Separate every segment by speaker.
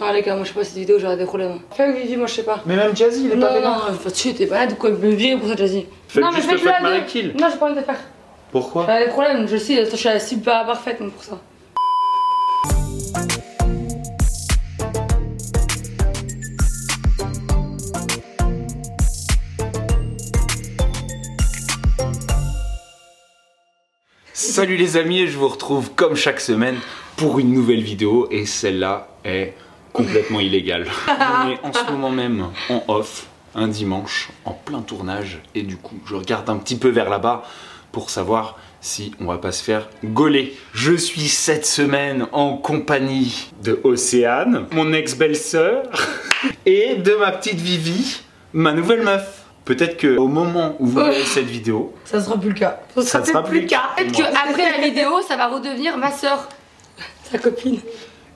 Speaker 1: Non les gars, moi je sais pas cette vidéo, j'aurais des problèmes. Fais avec Vivi, moi je sais pas.
Speaker 2: Mais même Jazzy, il est pas
Speaker 1: Non,
Speaker 2: vénère.
Speaker 1: non, enfin, tu sais, t'es malade ou quoi, me virer pour ça, Jazzy.
Speaker 2: Faites
Speaker 1: non, mais
Speaker 2: juste
Speaker 1: fais
Speaker 2: le
Speaker 1: la
Speaker 2: Fat Marie
Speaker 1: deux.
Speaker 2: Kill.
Speaker 1: Non, j'ai pas envie de le faire.
Speaker 2: Pourquoi
Speaker 1: J'aurais des problèmes, je sais, je suis la cible pas parfaite donc, pour ça.
Speaker 2: Salut les amis et je vous retrouve comme chaque semaine pour une nouvelle vidéo et celle-là est complètement illégale. On est en ce moment même en off, un dimanche, en plein tournage et du coup je regarde un petit peu vers là-bas pour savoir si on va pas se faire gauler. Je suis cette semaine en compagnie de Océane, mon ex-belle-sœur, et de ma petite Vivi, ma nouvelle meuf. Peut-être que au moment où vous
Speaker 1: Oh.
Speaker 2: verrez cette vidéo,
Speaker 1: Ça sera plus le cas.
Speaker 2: ça ne sera plus le cas.
Speaker 3: Peut-être qu'après la vidéo, ça va redevenir ma soeur.
Speaker 1: Ta copine.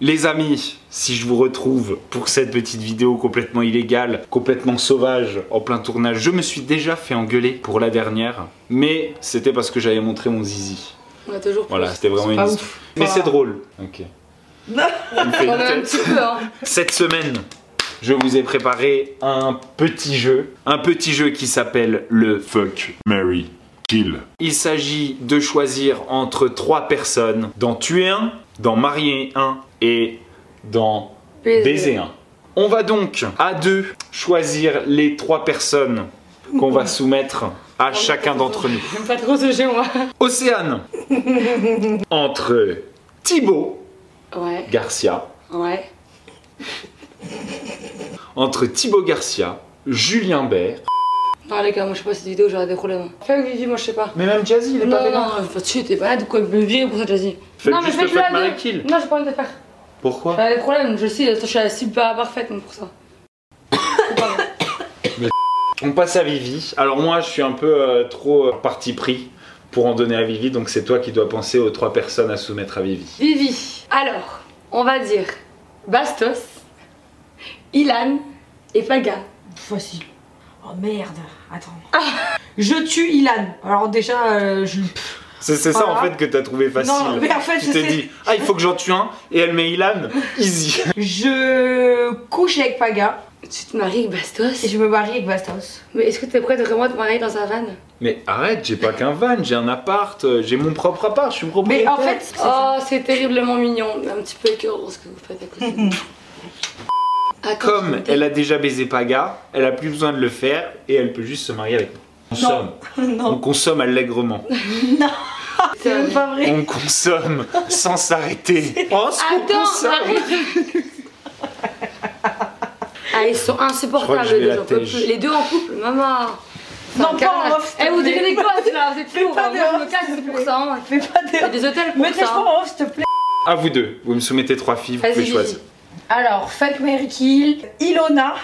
Speaker 2: Les amis, si je vous retrouve pour cette petite vidéo complètement illégale, complètement sauvage, en plein tournage, je me suis déjà fait engueuler pour la dernière, mais c'était parce que j'avais montré mon zizi.
Speaker 1: On a toujours plus.
Speaker 2: Voilà, c'était vraiment
Speaker 1: C'est
Speaker 2: une
Speaker 1: pas
Speaker 2: histoire.
Speaker 1: ouf.
Speaker 2: Mais
Speaker 1: Voilà.
Speaker 2: c'est drôle. Ok. Il me fait
Speaker 1: Quand
Speaker 2: une
Speaker 1: même un
Speaker 2: tête.
Speaker 1: petit peu, hein.
Speaker 2: Cette semaine, je vous ai préparé un petit jeu, un petit jeu qui s'appelle le fuck Mary Kill. Il s'agit de choisir entre trois personnes, d'en tuer un, d'en marier un et d'en
Speaker 1: Baiser.
Speaker 2: baiser un. On va donc à deux choisir les trois personnes qu'on va soumettre à chacun d'entre nous.
Speaker 1: J'aime pas trop ce jeu, moi.
Speaker 2: Océane entre Thibaut
Speaker 1: Ouais,
Speaker 2: Garcia
Speaker 1: ouais.
Speaker 2: entre Thibaut Garcia, Julien Bert.
Speaker 1: Non les gars, moi je sais pas cette vidéo, j'aurais des problèmes. Fais avec Vivi, moi je sais pas.
Speaker 2: Mais même Jazzy, il est
Speaker 1: Non,
Speaker 2: pas
Speaker 1: non,
Speaker 2: vénère.
Speaker 1: enfin, tu sais, t'es malade ou quoi, me virer pour ça, Jazzy.
Speaker 2: Faites
Speaker 1: non, mais
Speaker 2: juste
Speaker 1: fais
Speaker 2: le Fat
Speaker 1: la
Speaker 2: Marie
Speaker 1: deux.
Speaker 2: Kill.
Speaker 1: Non, j'ai pas envie de le faire.
Speaker 2: Pourquoi
Speaker 1: J'aurais des problèmes, je sais, je suis la cible pas parfaite donc, pour ça.
Speaker 2: On passe à Vivi. Alors moi, je suis un peu euh, trop euh, parti pris pour en donner à Vivi, donc c'est toi qui dois penser aux trois personnes à soumettre à Vivi.
Speaker 1: Vivi. Alors, on va dire Bastos, Ilan et Paga.
Speaker 4: Voici. Oh merde, attends. Je tue Ilan. Alors déjà, euh, je...
Speaker 2: C'est c'est ça en
Speaker 4: Voilà.
Speaker 2: fait que t'as trouvé facile.
Speaker 4: Non, mais en fait,
Speaker 2: tu
Speaker 4: je
Speaker 2: t'es
Speaker 4: sais.
Speaker 2: dit, ah il faut que j'en tue un, et elle met Ilan, easy.
Speaker 4: je couche avec Paga
Speaker 1: Tu te maries avec Bastos
Speaker 4: et je me marie avec Bastos.
Speaker 1: Mais est-ce que t'es prête vraiment à te marier dans sa van
Speaker 2: mais arrête, j'ai pas qu'un van, j'ai un appart, euh, j'ai mon propre appart, je suis
Speaker 4: Mais
Speaker 2: propriétaire.
Speaker 4: en fait, c'est ça.
Speaker 1: Oh, c'est terriblement mignon, mais un petit peu écœurant ce que vous faites à côté. Ah, Attends,
Speaker 2: comme elle a déjà baisé Paga, elle a plus besoin de le faire et elle peut juste se marier avec nous. On consomme.
Speaker 1: Oh,
Speaker 2: On consomme allègrement.
Speaker 4: c'est même pas vrai.
Speaker 2: On consomme sans s'arrêter. On se
Speaker 1: Attends,
Speaker 2: consomme.
Speaker 1: arrête Ah, ils sont insupportables,
Speaker 2: Je crois que je vais
Speaker 1: les deux,
Speaker 2: la
Speaker 1: j'en peux
Speaker 2: tège.
Speaker 1: plus. Les deux en couple, maman
Speaker 4: Non, pas en
Speaker 1: Carnac.
Speaker 4: off. s'il
Speaker 1: Eh,
Speaker 4: te
Speaker 1: vous
Speaker 4: plaît.
Speaker 1: devenez quoi, là Vous êtes fous,
Speaker 4: pas
Speaker 1: hein. Moi, je
Speaker 4: dehors,
Speaker 1: me casse,
Speaker 4: s'il te
Speaker 1: c'est pour
Speaker 4: plaît.
Speaker 1: ça, hein.
Speaker 4: Fais pas
Speaker 1: Il y a
Speaker 4: de...
Speaker 1: des hôtels pour
Speaker 4: Me tèche
Speaker 1: ça.
Speaker 4: pas
Speaker 1: hein.
Speaker 4: en off, s'il te plaît.
Speaker 2: À Ah, vous deux, vous me soumettez trois filles, vous
Speaker 1: Vas-y,
Speaker 2: pouvez
Speaker 1: Vivi.
Speaker 2: choisir.
Speaker 4: Alors, Fat Mary Kill, Ilona.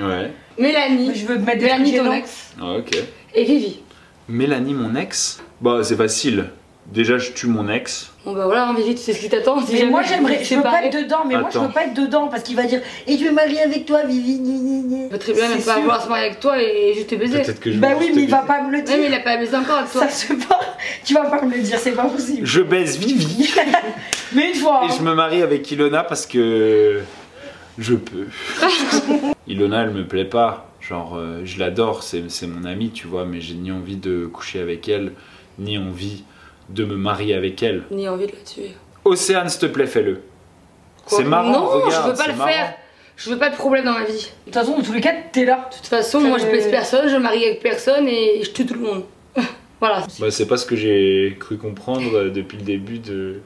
Speaker 2: Ouais,
Speaker 1: Mélanie,
Speaker 4: Je veux mettre des
Speaker 1: Mélanie
Speaker 4: trucs
Speaker 1: ton
Speaker 4: gênants.
Speaker 1: ex,
Speaker 2: Ah, ok.
Speaker 1: et Vivi.
Speaker 2: Mélanie, mon ex Bah, c'est facile. Déjà, je tue mon ex.
Speaker 1: Bon bah voilà, hein, Vivi, tu sais ce qui t'attend. si
Speaker 4: Mais
Speaker 1: jamais
Speaker 4: moi
Speaker 1: vous
Speaker 4: j'aimerais,
Speaker 1: vous
Speaker 4: je veux pas
Speaker 1: séparez.
Speaker 4: être dedans, mais moi je
Speaker 2: Attends.
Speaker 4: veux pas être dedans parce qu'il va dire Et je vais marier avec toi, Vivi. gna, gna, gna.
Speaker 1: Il peut très bien même
Speaker 4: C'est
Speaker 1: pas
Speaker 4: sûr.
Speaker 1: vouloir se marier avec toi et juste te baiser.
Speaker 2: Peut-être que je
Speaker 4: Bah
Speaker 2: vais
Speaker 4: oui,
Speaker 2: juste
Speaker 4: mais il va
Speaker 2: baiser.
Speaker 4: pas me le
Speaker 1: Même il
Speaker 4: dire.
Speaker 1: a pas baisé encore avec toi.
Speaker 4: Ça se pas. Tu vas pas me le dire, c'est pas possible.
Speaker 2: Je baise Vivi
Speaker 4: Mais une fois.
Speaker 2: et
Speaker 4: hein.
Speaker 2: je me marie avec Ilona parce que. Je peux. Ilona, elle me plaît pas. Genre, euh, je l'adore, c'est c'est mon amie, tu vois, mais j'ai ni envie de coucher avec elle, ni envie de me marier avec elle.
Speaker 1: Ni envie de la tuer.
Speaker 2: Océane, s'il te plaît, fais-le.
Speaker 1: Quoi
Speaker 2: C'est marrant,
Speaker 1: Non,
Speaker 2: regarde,
Speaker 1: je veux pas
Speaker 2: c'est
Speaker 1: le
Speaker 2: marrant.
Speaker 1: faire. Je veux pas de problème dans ma vie.
Speaker 4: De toute façon, dans tous les cas, t'es là.
Speaker 1: De toute façon, moi je
Speaker 4: Euh.
Speaker 1: baise personne, je marie avec personne et je tue tout le monde. voilà.
Speaker 2: Bah, c'est pas ce que j'ai cru comprendre euh, depuis le début de,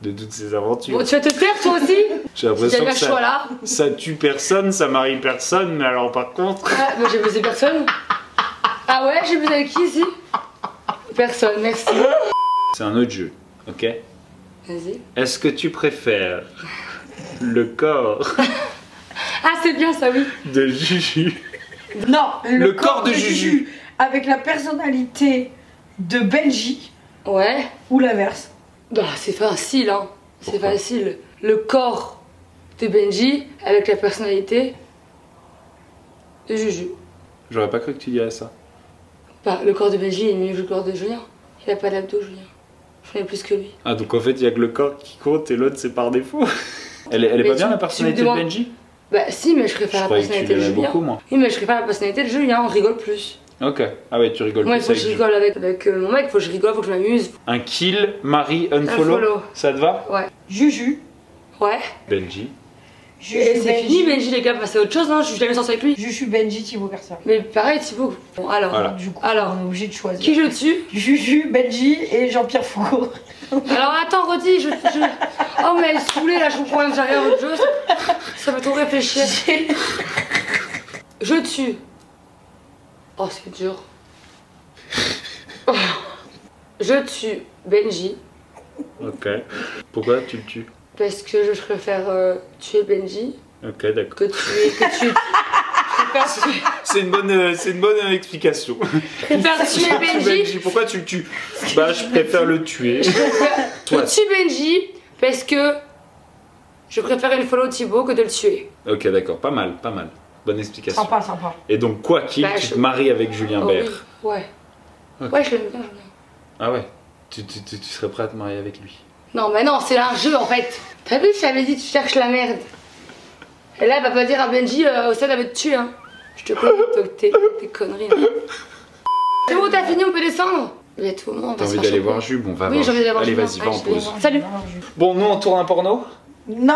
Speaker 2: de toutes ces aventures.
Speaker 1: Bon, tu vas te taire toi aussi
Speaker 2: J'ai
Speaker 1: Si
Speaker 2: l'impression
Speaker 1: t'avais
Speaker 2: que
Speaker 1: un choix
Speaker 2: ça,
Speaker 1: là.
Speaker 2: ça tue personne, ça marie personne, mais alors par contre.
Speaker 1: Ah, moi j'ai baisé personne. Ah ouais, j'ai baisé avec qui ici Personne, merci.
Speaker 2: C'est un autre jeu, ok
Speaker 1: Vas-y.
Speaker 2: Est-ce que tu préfères le corps
Speaker 1: Ah, c'est bien ça, oui.
Speaker 2: de Juju
Speaker 4: Non, le,
Speaker 2: Le corps de Juju.
Speaker 4: avec la personnalité de Benji
Speaker 1: Ouais.
Speaker 4: ou l'inverse.
Speaker 1: Bah, c'est facile, hein. C'est
Speaker 2: Pourquoi
Speaker 1: facile. Le corps de Benji avec la personnalité de Juju.
Speaker 2: J'aurais pas cru que tu dirais ça.
Speaker 1: Bah, le corps de Benji est mieux que le corps de Julien. Il a pas d'abdos, Julien. Je connais plus que lui.
Speaker 2: Ah, donc en fait, il y a que le corps qui compte et l'autre, c'est par défaut. Elle, est- elle est
Speaker 1: Mais
Speaker 2: pas
Speaker 1: tu-
Speaker 2: bien la
Speaker 1: tu me
Speaker 2: personnalité de
Speaker 1: demandes-
Speaker 2: Benji
Speaker 1: Bah, si, mais je
Speaker 2: Je
Speaker 1: préfère la
Speaker 2: croyais que tu
Speaker 1: personnalité de
Speaker 2: l'aimais
Speaker 1: Julien.
Speaker 2: beaucoup, moi.
Speaker 1: Oui, mais je préfère la personnalité de Julien, on rigole plus.
Speaker 2: Ok. Ah ouais, tu rigoles
Speaker 1: Moi, il
Speaker 2: plus
Speaker 1: faut que
Speaker 2: avec
Speaker 1: je
Speaker 2: Juju.
Speaker 1: rigole avec, avec euh, mon mec, faut que je rigole, faut que je m'amuse.
Speaker 2: Un kill, Marie, unfollow.
Speaker 1: Unfollow.
Speaker 2: Ça te va
Speaker 4: Juju.
Speaker 1: Ouais.
Speaker 2: Benji.
Speaker 4: Juju
Speaker 1: Et c'est
Speaker 4: Benji.
Speaker 1: fini, Benji, les gars, passez à autre chose, hein. Je suis jamais sortie avec lui.
Speaker 4: Juju Benji Thibaut Garcia.
Speaker 1: Mais pareil, Thibaut. Bon, alors,
Speaker 2: Voilà.
Speaker 4: Du coup,
Speaker 1: Alors.
Speaker 4: on est obligé de choisir.
Speaker 1: qui je tue
Speaker 4: Juju, Benji et Jean-Pierre Foucault.
Speaker 1: Alors, attends, redis, je, je- Oh, mais elle est saoulée, là, je comprends rien, j'ai rien autre chose. Ça me trop réfléchir. Je tue. Oh, c'est dur. Oh. Je tue Benji
Speaker 2: Ok. Pourquoi tu le tues
Speaker 1: parce que je préfère euh, tuer Benji
Speaker 2: Ok, d'accord.
Speaker 1: que tuer. Que tuer. je préfère tuer,
Speaker 2: C'est une bonne, euh, c'est une bonne euh, explication.
Speaker 1: je préfère tuer Benji.
Speaker 2: Benji, pourquoi tu le tues Bah, je préfère le tuer.
Speaker 1: Je
Speaker 2: Toi.
Speaker 1: tue Benji parce que je préfère une follow Thibaut que de le tuer.
Speaker 2: Ok, d'accord. Pas mal, pas mal. Bonne explication.
Speaker 4: Sympa, sympa.
Speaker 2: Et donc, quoi qu'il,
Speaker 1: Bah,
Speaker 2: tu
Speaker 1: je-
Speaker 2: te maries avec Julien
Speaker 1: Oh oui,
Speaker 2: Bert.
Speaker 1: Ouais.
Speaker 2: Ok.
Speaker 1: Ouais, je l'aime bien. je l'aime.
Speaker 2: Ah ouais tu, tu- tu- tu serais prêt à te marier avec lui
Speaker 1: Non, mais non, c'est un jeu en fait. T'as vu, je t'avais dit, tu cherches la merde. Et là, elle va pas dire à Benji, euh, ça, elle va te tuer. Hein. Je te connais, toi, que tes, tes conneries. hein. C'est bon, t'as fini, on peut descendre. Mais tout le monde
Speaker 2: T'as
Speaker 1: va se
Speaker 2: envie
Speaker 1: faire
Speaker 2: d'aller
Speaker 1: choper.
Speaker 2: voir Jube On va
Speaker 1: Oui,
Speaker 2: voir
Speaker 1: j'ai envie
Speaker 2: Jube.
Speaker 1: d'aller voir
Speaker 2: Allez,
Speaker 1: Jube.
Speaker 2: vas-y, va en
Speaker 1: Allez, je vais
Speaker 2: pause.
Speaker 1: voir. Salut.
Speaker 2: Bon, nous, on tourne un porno
Speaker 4: Non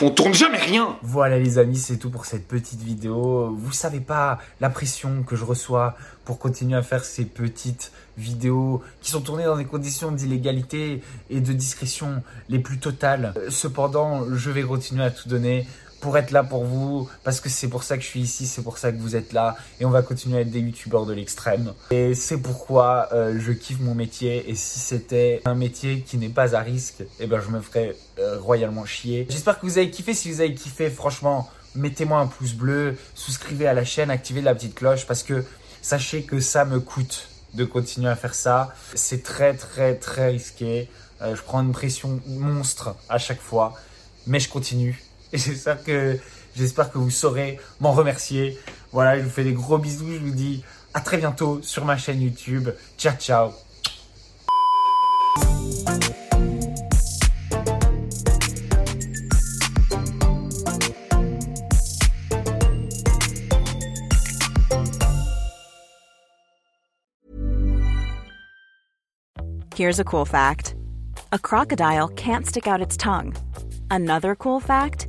Speaker 2: On tourne jamais rien
Speaker 5: Voilà les amis, c'est tout pour cette petite vidéo. Vous savez pas la pression que je reçois pour continuer à faire ces petites vidéos qui sont tournées dans des conditions d'illégalité et de discrétion les plus totales. Euh, Cependant, je vais continuer à tout donner pour être là pour vous, parce que c'est pour ça que je suis ici, c'est pour ça que vous êtes là, et on va continuer à être des youtubeurs de l'extrême. Et c'est pourquoi euh, je kiffe mon métier, et si c'était un métier qui n'est pas à risque, eh ben je me ferais euh, royalement chier. J'espère que vous avez kiffé, si vous avez kiffé, franchement, mettez-moi un pouce bleu, souscrivez à la chaîne, activez la petite cloche, parce que sachez que ça me coûte de continuer à faire ça. C'est très très très risqué, Euh, je prends une pression monstre à chaque fois, mais je continue. Et j'espère que, j'espère que vous saurez m'en remercier. Voilà, je vous fais des gros bisous. Je vous dis à très bientôt sur ma chaîne YouTube. Ciao, ciao.
Speaker 6: Here's a cool fact a crocodile can't stick out its tongue. Another cool fact